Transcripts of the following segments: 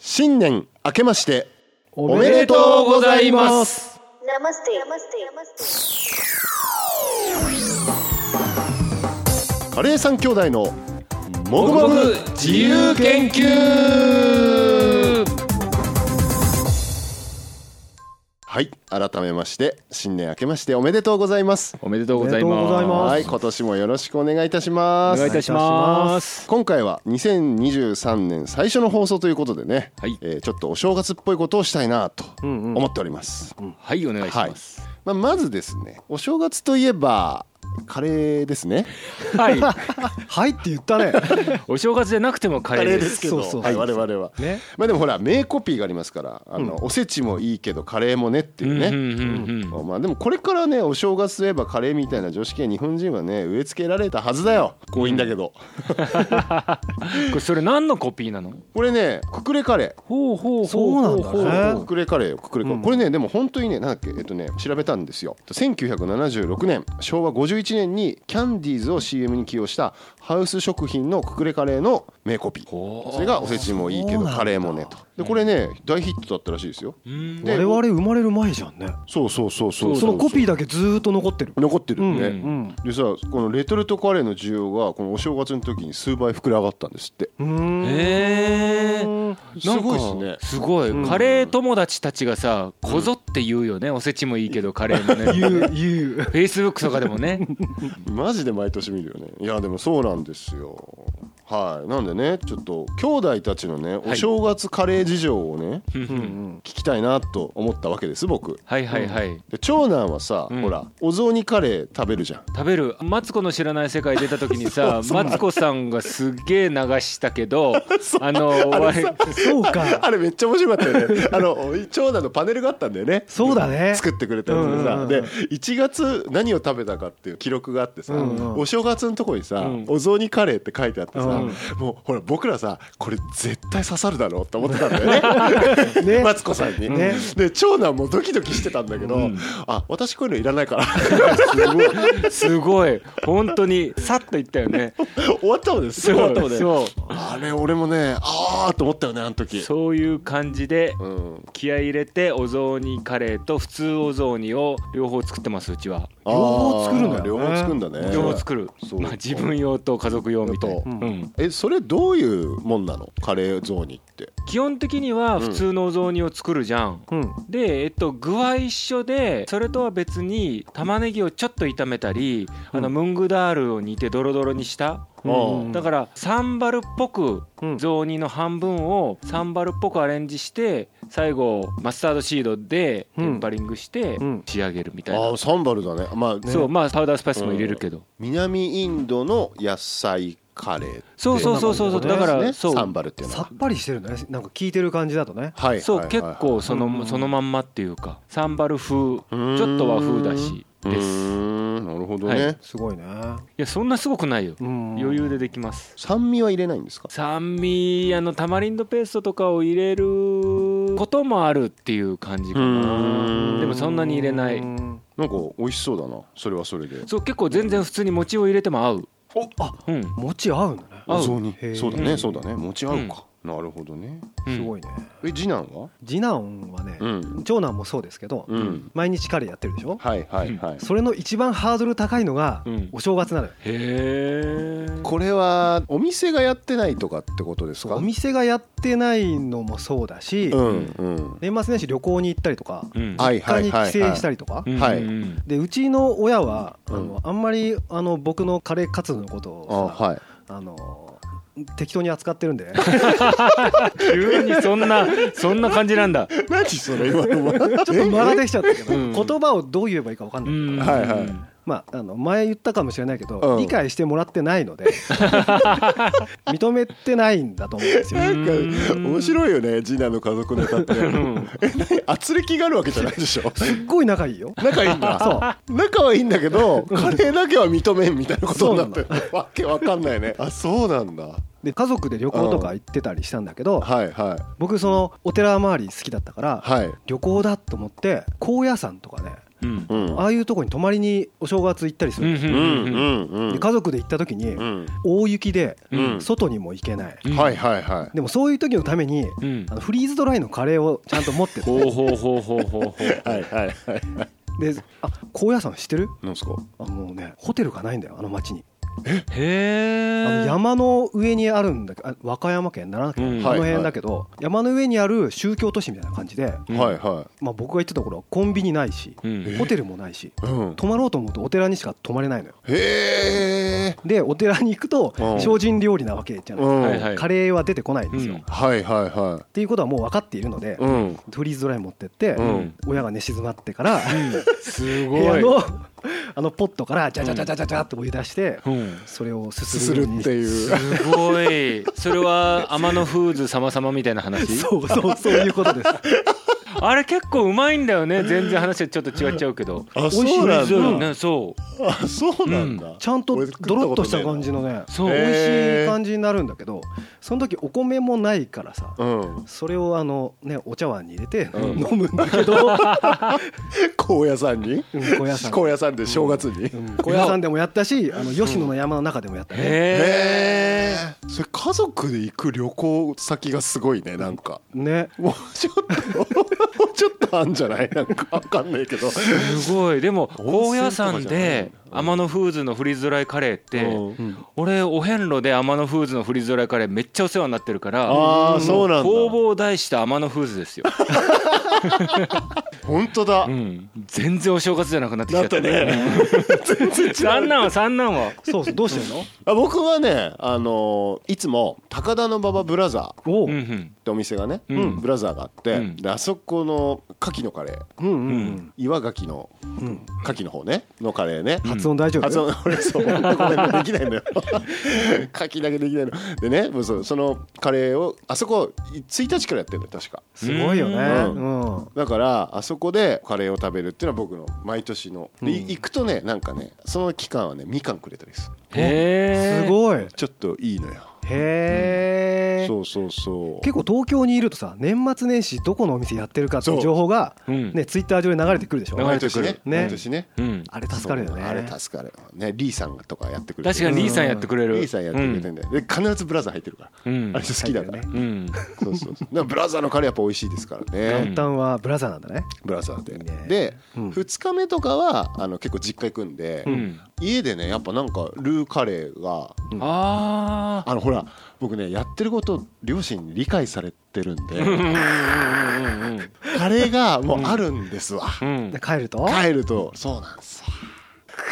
新年明けましておめでとうございます。 Namaste. Namaste. Namaste. カレー三兄弟のもぐ僕ももぐ自由研究はい改めまして新年明けましておめでとうございますおめでとうございおめでとうございま。ますはい今年もよろしくお願いいたしまお願いいすたします。今回は2023年最初の放送ということでね、はいえーちょっとお正月っぽいことをしたいなと思っております、はい、お願いします。まあ、まずですねお正月といえばカレーですねはい、はいって言ったね。お正月じゃなくてもカレーです。けどそうそうはい、我々は、ねまあでもほら名コピーがありますからあの、おせちもいいけどカレーもねっていうね、うんうんうんうんまあでもこれからねお正月といえばカレーみたいな常識は日本人はね植え付けられたはずだよ強引だけど、これそれ何のコピーなの？これねくくれカレーほうほうそうなんだねくくれカレーよくくれカレー、これねでも本当にねなんだっけえっとね調べたんですよ1976年昭和51年にキャンディーズを CM に起用したハウス食品のくくれカレーの名コピーそれがおせちもいいけそどうなんだカレーもねとでこれね大ヒットだったらしいですようんで 我々生まれる前じゃんね。そうそうそうそうそのコピーだけずーっと残ってる。残ってるんで、うん。でさこのレトルトカレーの需要がこのお正月の時に数倍膨れ上がったんですってうーん。えーすなんかごいですねすごい、カレー友達たちがさこぞって言うよね、おせちもいいけどカレーも ね言う言う。フェイスブックとかでもねマジで毎年見るよねいやでもそうなんですよはいなんでねちょっと兄弟たちのねいお正月カレー事情をねうんうん聞きたいなと思ったわけです僕はいはいはい、で長男はさ、うんほらお雑煮カレー食べるじゃん食べるマツコの知らない世界出 た時にさマツコさんがすっげえ流した けどあの我そうか。あれめっちゃ面白かったよ ねあの長男のパネルがあったんだよねそうだね作ってくれたやつでさ、うんうんうんで1月何を食べたかっていう記録があってさ、うんうんお正月のとこにさ、んお雑煮カレーって書いてあってさ、うんもうほら僕らさこれ絶対刺さるだろうって思ってたんだよね ねマツコさんに、ねで長男もドキドキしてたんだけど、うんあ私こういうのいらないから 々すごい本当にさっと言った よね終わったもんですすぐ終わったもんねそうあれ俺もねああと思ったよねあの時そういう感じでうん気合い入れてお雑煮カレーと普通お雑煮を両方作ってますうちは両方作るんだよね両方作るんだね両方作るそうまあ自分用と家族用みたいな、ううんえそれどういうもんなのカレー雑煮って基本的には普通のお雑煮を作るじゃん、うん。で、えっと、具は一緒でそれとは別に玉ねぎをちょっと炒めたり、あのムングダールを煮てドロドロにした、うんだからサンバルっぽくうん雑煮の半分をサンバルっぽくアレンジして最後マスタードシードでテンパリングしてうん仕上げるみたいな、ああサンバルだねまあねそうまあパウダースパイスも入れるけど、南インドの野菜カレーそうそうそうそうそうっていだうかことらですねそうサンバルっていうのはさっぱりしてるんだね。なんか聞いてる感じだとね。はいそう、はいはい結構その,、うんうんそのまんまっていうかサンバル風ちょーんっと和風だしうですいーんなるほどはねいすごいね。やそんなすごくないようん。余裕でできます酸味は入れないんですか酸味あのタマリンドペーストとかを入れることもあるっていう感じかうなーんでもそんなに入れないうんなんか美味しそうだなそれはそれでそう結構全然普通に餅を入れても合うおあうん、餅合うんだね。合うお雑煮へーそうだうねんそうだね餅合うかなるほどねうんすごいね。え次男は次男はね、ん長男もそうですけど、うん毎日カレーやってるでしょ。はいはいはいそれの一番ハードル高いのがうんお正月なのよ。へえこれはお店がやってないとかってことですかお店がやってないのもそうだし、うんうん年末年始旅行に行ったりとかうんはい他はいにはいは帰い省したりとか、うんはいうんうんでうちの親はあの、うんあんまりあの僕のカレーカツのことあをさあ、はいの適当に扱ってるんで急にそんな そんな感じなんだ 何それ今のはちょっと間ができちゃったけど、うん言葉をどう言えばいいか分かんうない、んはいはいまあ、あの前言ったかもしれないけど、うん理解してもらってな いので認めてないんだと思うんです よ。なんかうん面白いよね次男の家族ネタってんえ何圧力があるわけじゃないでしょすっごい仲いいよ仲いいん だ仲はいいんだけどカレーだけは認めんみたいなことになってる わけわかんないねあそうなんだで家族で旅行とか行ってたりしたんだけど、はいはい僕そのお寺周り好きだったから、はい旅行だと思って高野山とかねうんうんうんああいうとこに泊まりにお正月行ったりすうんる、ううんんうんで家族で行った時にうん大雪でうん外にも行けない、うんはいはいはいでもそういう時のためにうんあのフリーズドライのカレーをちゃんと持っててほうほうほうほうほうほうはいはいはいであ高野山知ってるなんですかあのねホテルがないんだよあの町にへあのえ山の上にあるんだけどあ和歌山県奈良県、うんあの辺だけど、山の上にある宗教都市みたいな感じで、はいはまあ、僕が行ってた頃はコンビニないしうんホテルもないしいうん泊まろうと思うとお寺にしか泊まれないのよへえでお寺に行くとうん精進料理なわけじゃない、うんはいはいカレーは出てこないんですよ、うんはいはいはっていうことはもう分かっているのでい、うんフリーズドライ持ってって、うん親が寝静まってからす部ご屋いのあのポットからジャジャジャジャジャジャって追い出して、うんそれをすすすするるようにっていうすごいそれは天野フーズ様様みたいな話そうそうそういうこと ですあれ結構うまいんだよね全然話はちょっと違っちゃうけど あ美味しいそうだよだねそうあそうなんだちゃんと俺食ったドこねえロなッとした感じのねそう美へー味しい感じになるんだけどその時お米もないからさうんそれをあのねお茶碗に入れてうん飲むんだけど高野山にうん小屋さん高野山で正月にうん小屋さんでもやったしあの吉野の山の中でもやったねへえへえそれ家族で行く旅行先がすごいねなんかねもうちょっともうちょっとあんじゃないなんかわかんないけどすごいでも高温泉野とか山じゃないで天野フーズのフリーズドライカレーってうん俺お遍路で天野フーズのフリーズドライカレーめっちゃお世話になってるからああそうなんだ工房を題した天野フーズですよ、本当だうん、全然お正月じゃなくなってきちだゃっったたね 三男は三男はそうそうどうしてんのあ僕はねあのーいつも高田の馬場ブラザーっおううんてお店がね、うんブラザーがあって、うんであそこの牡蠣のカレーうんうん岩牡蠣のうんうん牡蠣の方ねのカレーね、発音大丈夫発音俺そうごめんできないのよ牡蠣だけできないのでねもうそうそのカレーをあそこ1日からやってるのよ確かすごいよねううんだからあそこでカレーを食べるっていうのは僕の毎年のでいうん行くとねなんかねその期間はねみかんくれたりするうんへえすごいへちょっといいのよえそうそうそう結構東京にいるとさ年末年始どこのお店やってるかっていうそう情報が、うんね、ツイッター上に流れてくるでしょ流れ毎て年くるねね毎年ねうんあれ助かるよねそうあれ助かるよねリーさんとかやってくれ確かにリーさんやってくれるリーさんやってくれてんだよで必ずブラザー入ってるからうんあれ好きだから入ってうんそうそうそうだからブラザーのカレーやっぱ美味しいですからねうん元旦はブラザーなんだね、ブラザーでいいねで、うん2日目とかはあの結構実家行くんで、うん家でねやっぱなんかルーカレーがあああのほら僕ねやってること両親に理解されてるんでカレーがもうあるんですわ、うんで帰ると帰るとそうなんですわ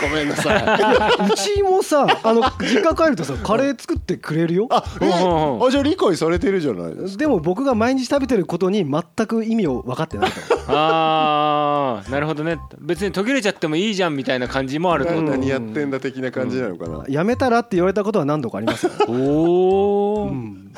ごめんな さいうちもさあの実家帰るとさカレー作ってくれるよあえうんあじゃあ理解されてるじゃないですかでも僕が毎日食べてることに全く意味を分かってないと 思ああなるほどね別に途切れちゃってもいいじゃんみたいな感じもあるってこなと何やってんだ的な感じなのかな、うやめたらって言われたことは何度かあ りますよ、おお、うん、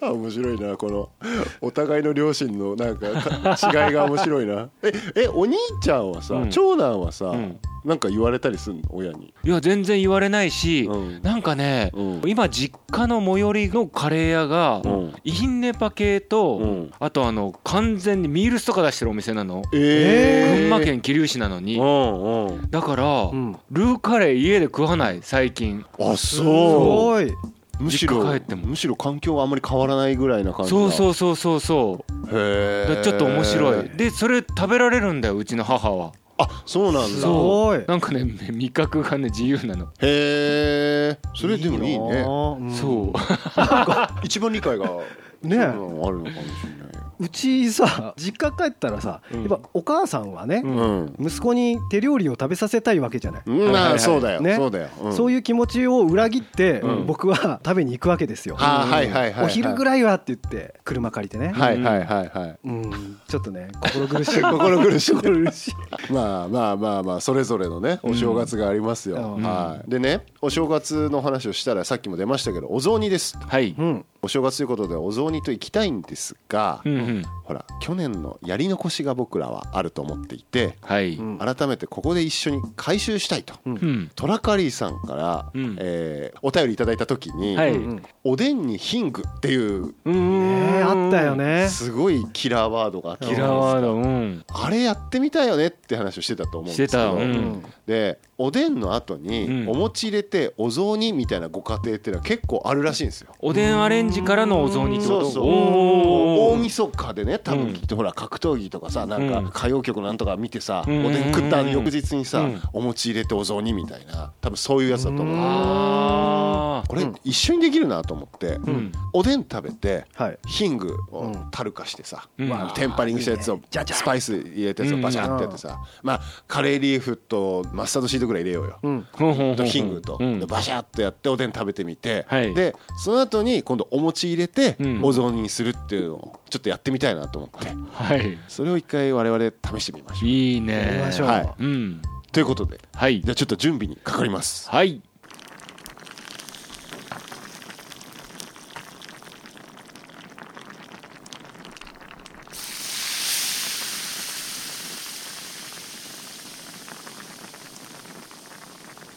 あ面白いなこのお互いの両親のなんかか違いが面白いなええお兄ちゃんはさ、うん長男はさ、うんなんか言われたりすんの親にいや全然言われないし、うんなんかね、うん今実家の最寄りのカレー屋が、うんインネパ系と、うんあとあの完全にミールスとか出してるお店なの、え群馬県桐生市なのに、うんうんだから、うんルーカレー家で食わない最近あすごいむしろ実家帰ってもむしろ環境はあんまり変わらないぐらいな感じそううそうそうそうそうへだえからちょっと面白いでそれ食べられるんだようちの母はあそうなんすだごいなんかねめ味覚がね自由なのへえそれでもいいねねそう一番理解がねそういうのあるのかもしれないようちさ実家帰ったらさ、うんやっぱお母さんはね、うん息子に手料理を食べさせたいわけじゃない、うんはいはいはあいそうだよねそうだよそういいう気持ちを裏切って、うん僕は食べに行くわけですよ、あーはいはいはいお昼ぐららいはって言って車借りてね、はいはいはいはいうんちょっとね心苦しい心苦しい心苦しい まあまあまあまあそれぞれのねお正月がありますよ、うんはいでねお正月の話をしたらさっきも出ましたけどお雑煮ですはい、うんお正月ということでお雑煮と行きたいんですが、うんうんほら去年のやり残しが僕らはあると思っていてはい、うん改めてここで一緒に回収したいと。うんトラカリーさんから、うんえーお便りいただいた時に、はいうんおでんにヒングっていうねえあったよねすごいキラーワードがあったキラーワードうんあれやってみたいよねって話をしてたと思うんですけどしてたうんうんでおでんの後にうんお餅入れてお雑煮みたいなご家庭っていうのは結構あるらしいんですよ。おでんアレンジからのお雑煮ってこそとうそうお大ー晦日でね多うん分きっとほら格闘技とかさなうんんか歌謡曲なんとか見てさ、うんおでん食った翌日にさ、うんお餅入れてお雑煮みたいな多分そういうやつだと思う、うんあこれうん一緒にできるなと思って、ーうんおでん食べてはいヒングうをんタル化してさ、うんまあテンパリングしたやついいをねじゃじゃスパイス入れたやつをバシャンってやってさ、まあカレーリーフとマスタードシードぐらい入れようよ。うんほんほんほんほんとヒングと、うんでバシャッとやっておでん食べてみて、はいでその後に今度お餅入れてうんお雑煮にするっていうのをちょっとやってみたいなと思って、はいそれを一回我々試してみましょう。いいやりねましょうはいはうんということではいじゃあちょっと準備にかかります。はい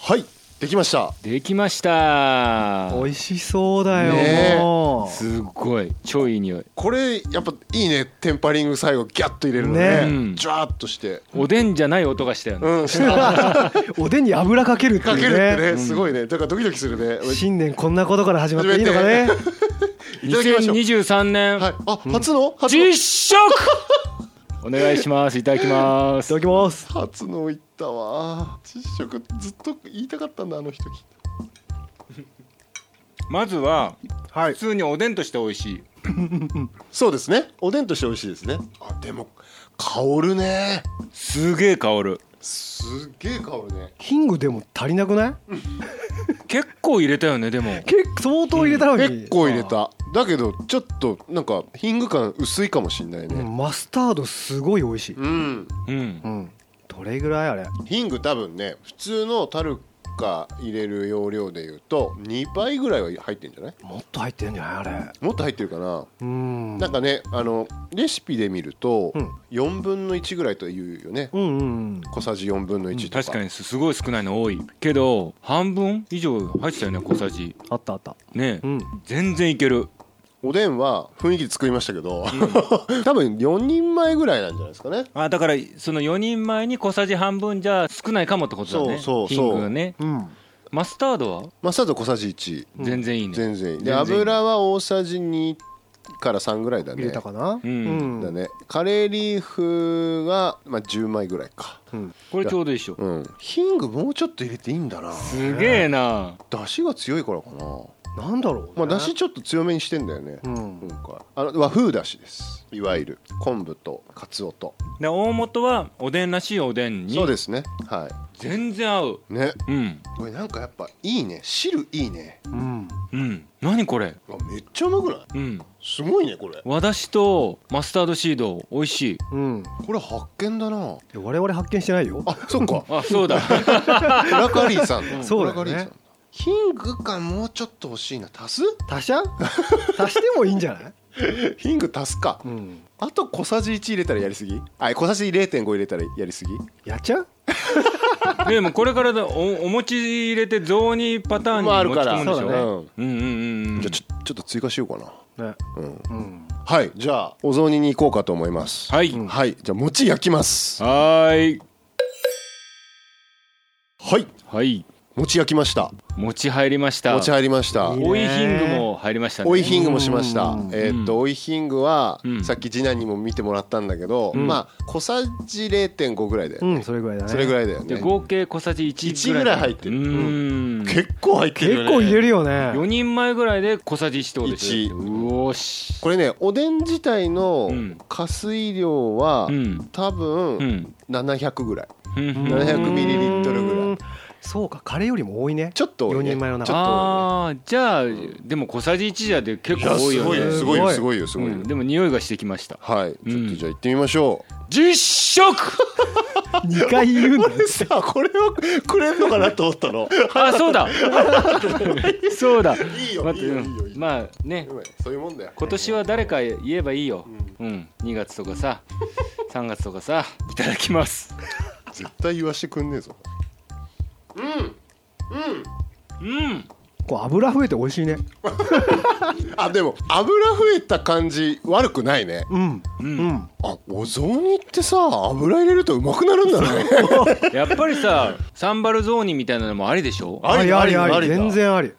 はいできましたできました美味しそうだよねえもすっごい超いい匂いこれやっぱいいねテンパリング最後ギャッと入れるのねうんねジャーッとして。おでんじゃない音がしたよねうん、かう おでんに油かけるってけるっいうねてねすごいねだからドキドキするね新年こんなことから始まっていいのかねいただきましょう2023年はいあ初の初の実食 お願いしますいただきまいすただきます初のいったわ実食ずっと言いたかったんだあの人まずはは普通におでんとして美味しいそうですねおでんとして美味しいですねあでも香るねすげえ香るすっげえ香るねキングでも足りなくない結構入れたよねでも結構相当入れたのに結構入れただけどちょっとなんかヒング感薄いかもしんないうんねマスタードすごい美味しいうんううんんどれぐらいあれヒング多分ね普通のタルカ入れる容量でいうと2倍ぐらいは入ってんじゃないもっと入ってんじゃないあれもっと入ってるかなうんなんかねあのレシピで見るとうん4分の1ぐらいというよねうんうん小さじ4分の1とか確かにすすごい少ないの多いけど半分以上入ってたよね小さじあったあったねうん全然いけるおでんは雰囲気で作りましたけど、 多分4人前ぐらいなんじゃないですかねあだからその4人前に小さじ半分じゃ少ないかもってことだねそうそうそうヒングがねうんマスタードはマスタード小さじ1、うん全然いいね全然いいで全然いい油は大さじ2から3ぐらいだね入れたかなうんだねカレーリーフが、まあ、10枚ぐらいかうんこれちょうどいいでしょうんヒングもうちょっと入れていいんだなすげえな出汁が強いからかななんだろうねまあ出汁ちょっと強めにしてんだよね、うん今回あの和風出汁ですいわゆる昆布とカツオとで大元はおでんらしいおでんにそうですねは全然合ういねうんこれなんかやっぱいいね汁いいねうんうん何これあめっちゃうまくないうんすごいねこれ和だしとマスタードシード美味しいうんこれ発見だなで我々発見してないよあそっかあそ うだブラカリーさんだそうだブラカよねリーさんヒング感もうちょっと欲しいな足す足しちゃう足してもいいんじゃないヒング足すかうんあと小さじ1入れたらやりすぎあ小さじ0.5入れたらやりすぎやっちゃうでもこれからだおお餅入れて雑煮パターンにまあある持ちから込むんでしそうょだねうんうんうんうんうんじゃあちょちょっと追加しようかなねうんうんはいじゃあお雑煮に行こうかと思いますはいうんはいじゃあ餅焼きますはーいはいはい餅焼きました餅入りました餅入りましたいいねオイヒングも入りましたねオイヒングもしましたうん。えーっとオイヒングはうんさっき次男にも見てもらったんだけど、んまあ小さじ0.5ぐらいで、うんそれぐらいだねそれぐらいだよねで。合計小さじ1 1ぐらいぐらい入ってるうーん結構入ってるよ結ね。構入れるよね4人前ぐらいで小さじ1ってことでし一ょうおしこれねおでん自体のうん加水量は、うん多う分ん700ぐらい。うん700ミリリットルぐらいうんそうかカレーよりも多いねちょっと多いね4人前の中ちょっと多ああーじゃあでも小さじ1じゃで結構多いいねよいやねすごいよすごいよすごいよすごいようんでも匂いがしてきましたはいちょっうとんじゃあ行ってみましょう実食 2回言うんだ よさあこれはくれんのかなと思った のあそうだそうだいいよ待っていいようんいいよいいよまあねそういうもんだよ今年は誰か言えばいいよ、うん、2月とか さ3月とかさいただきます絶対言わしてくんねえぞうんこう油増えて美味しいねあでも油増えた感じ悪くないねうんうんうんあお雑煮ってさ油入れるとうまくなるんだねやっぱりさサンバルゾーニみたいなのもありでしょありだありありあありりだ全然あり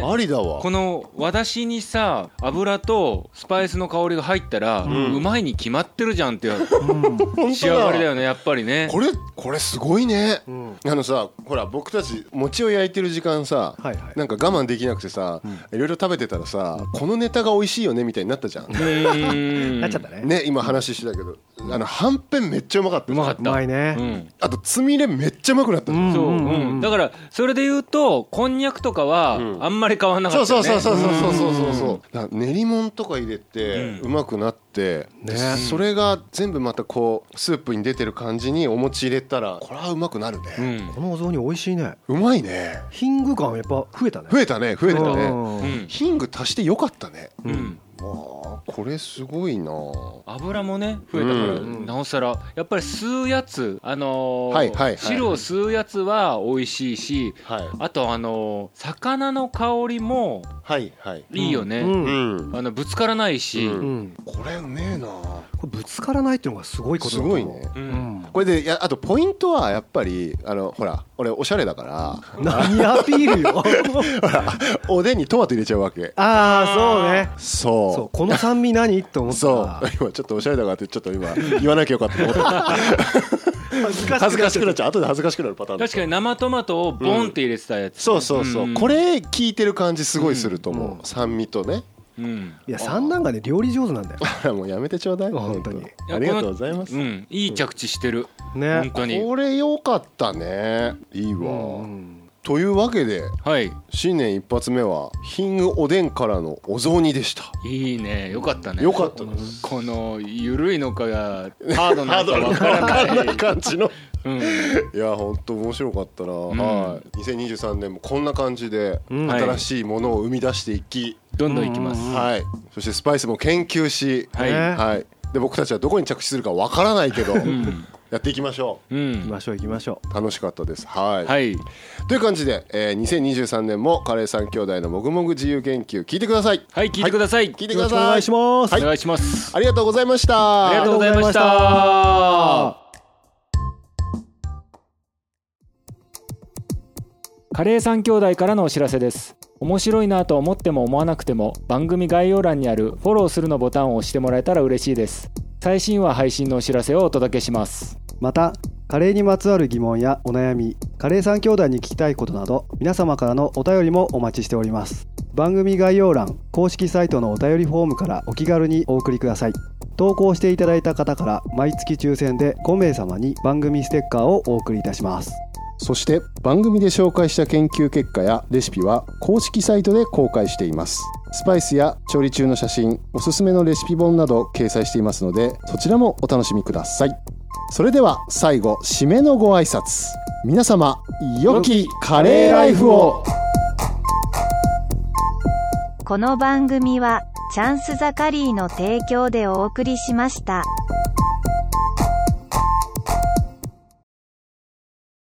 ありだわこの和だしにさ油とスパイスの香りが入ったら、うんまいに決まってるじゃんっていううん本仕当上がりだだよねやっぱりねこれこれすごいねうんあのさほら僕たち餅を焼いてる時間さはいはいなんか我慢できなくてさいろいろ食べてたらさこのネタが美味しいよねみたいになったじゃんうーんなっちゃったねね今話してたけどあのはんぺんめっちゃうまかったうまかったうまいねうんあとつみれめっちゃうまくなったうんそう、うんうんうんだからそれで言うとこんにゃくとかはうんあんまり変わんなかそうったそようねそうそううそうそうそうそうそうだから練り物とか入れてううまくなって、でねそれが全部またこうスープに出てる感じにお餅入れたらこれはうまくなるね、んこのお雑煮美味しいねうまいねヒング感やっぱ増えたね増えたね増えたねうねんヒング足してよかったねうん、うんわあこれすごいな油もね増えたから、うんなおさらやっぱり吸うやつあのーはいはいはい汁を吸うやつは美味しいしはいあとあのー魚の香りもはいはいいいよね、うんうんあのぶつからないし、ううんこれうめえなこれぶつからないっていうのがすごいことすだと思ごういねううんんこれでいやあとポイントはやっぱりあのほら俺おしゃれだから何アピール よ おでんにトマト入れちゃうわけああそうねそうそうこの酸味何って思ったそう今ちょっとおしゃれだからってちょっと今言わなきゃよかったと思った恥ずかしくなっ恥ずかちゃうしくなっちゃう後で恥ずかしくなるパターンだ確かに生トマトをボンって入れてたやつ、そうそうそう、うんこれ聞いてる感じすごいすると思う、うん酸味とね うんいや三男がね料理上手なんだよあらもうやめてちょうだい本当にありがとうございます、うんいい着地してる、本ね当にこれ良かったねいいうわ、んというわけではい新年一発目はヒングおでんからのお雑煮でしたいいねよかったねよかったでこの緩いのかがハードなのかわからないこんな感じの うんいや本当面白かったな、んはい2023年もこんな感じでうん新しいものを生み出していき、どんどんいきます、はい、そしてスパイスも研究し、はいねはい、で僕たちはどこに着地するかわからないけど、やっていきましょう行きんましょう行きましょうう楽しかったですはい、はいという感じで、えー、2023年もカレー三兄弟のもぐもぐ自由研究聞いてくださいはい聞いてください、聞いてよくろだしくおさい願いしますはいおあり願いしますがとうございましたありがとうございましたカレー三兄弟からのお知らせです面白いなと思っても思わなくても番組概要欄にあるフォローするのボタンを押してもらえたら嬉しいです最新話配信のお知らせをお届けしますまたカレーにまつわる疑問やお悩みカレー三兄弟に聞きたいことなど皆様からのお便りもお待ちしております番組概要欄公式サイトのお便りフォームからお気軽にお送りください投稿していただいた方から毎月抽選で5名様に番組ステッカーをお送りいたしますそして番組で紹介した研究結果やレシピは公式サイトで公開していますスパイスや調理中の写真おすすめのレシピ本など掲載していますのでそちらもお楽しみくださいそれでは最後締めのご挨拶皆様良きカレーライフをこの番組はチャンスザカリーの提供でお送りしました。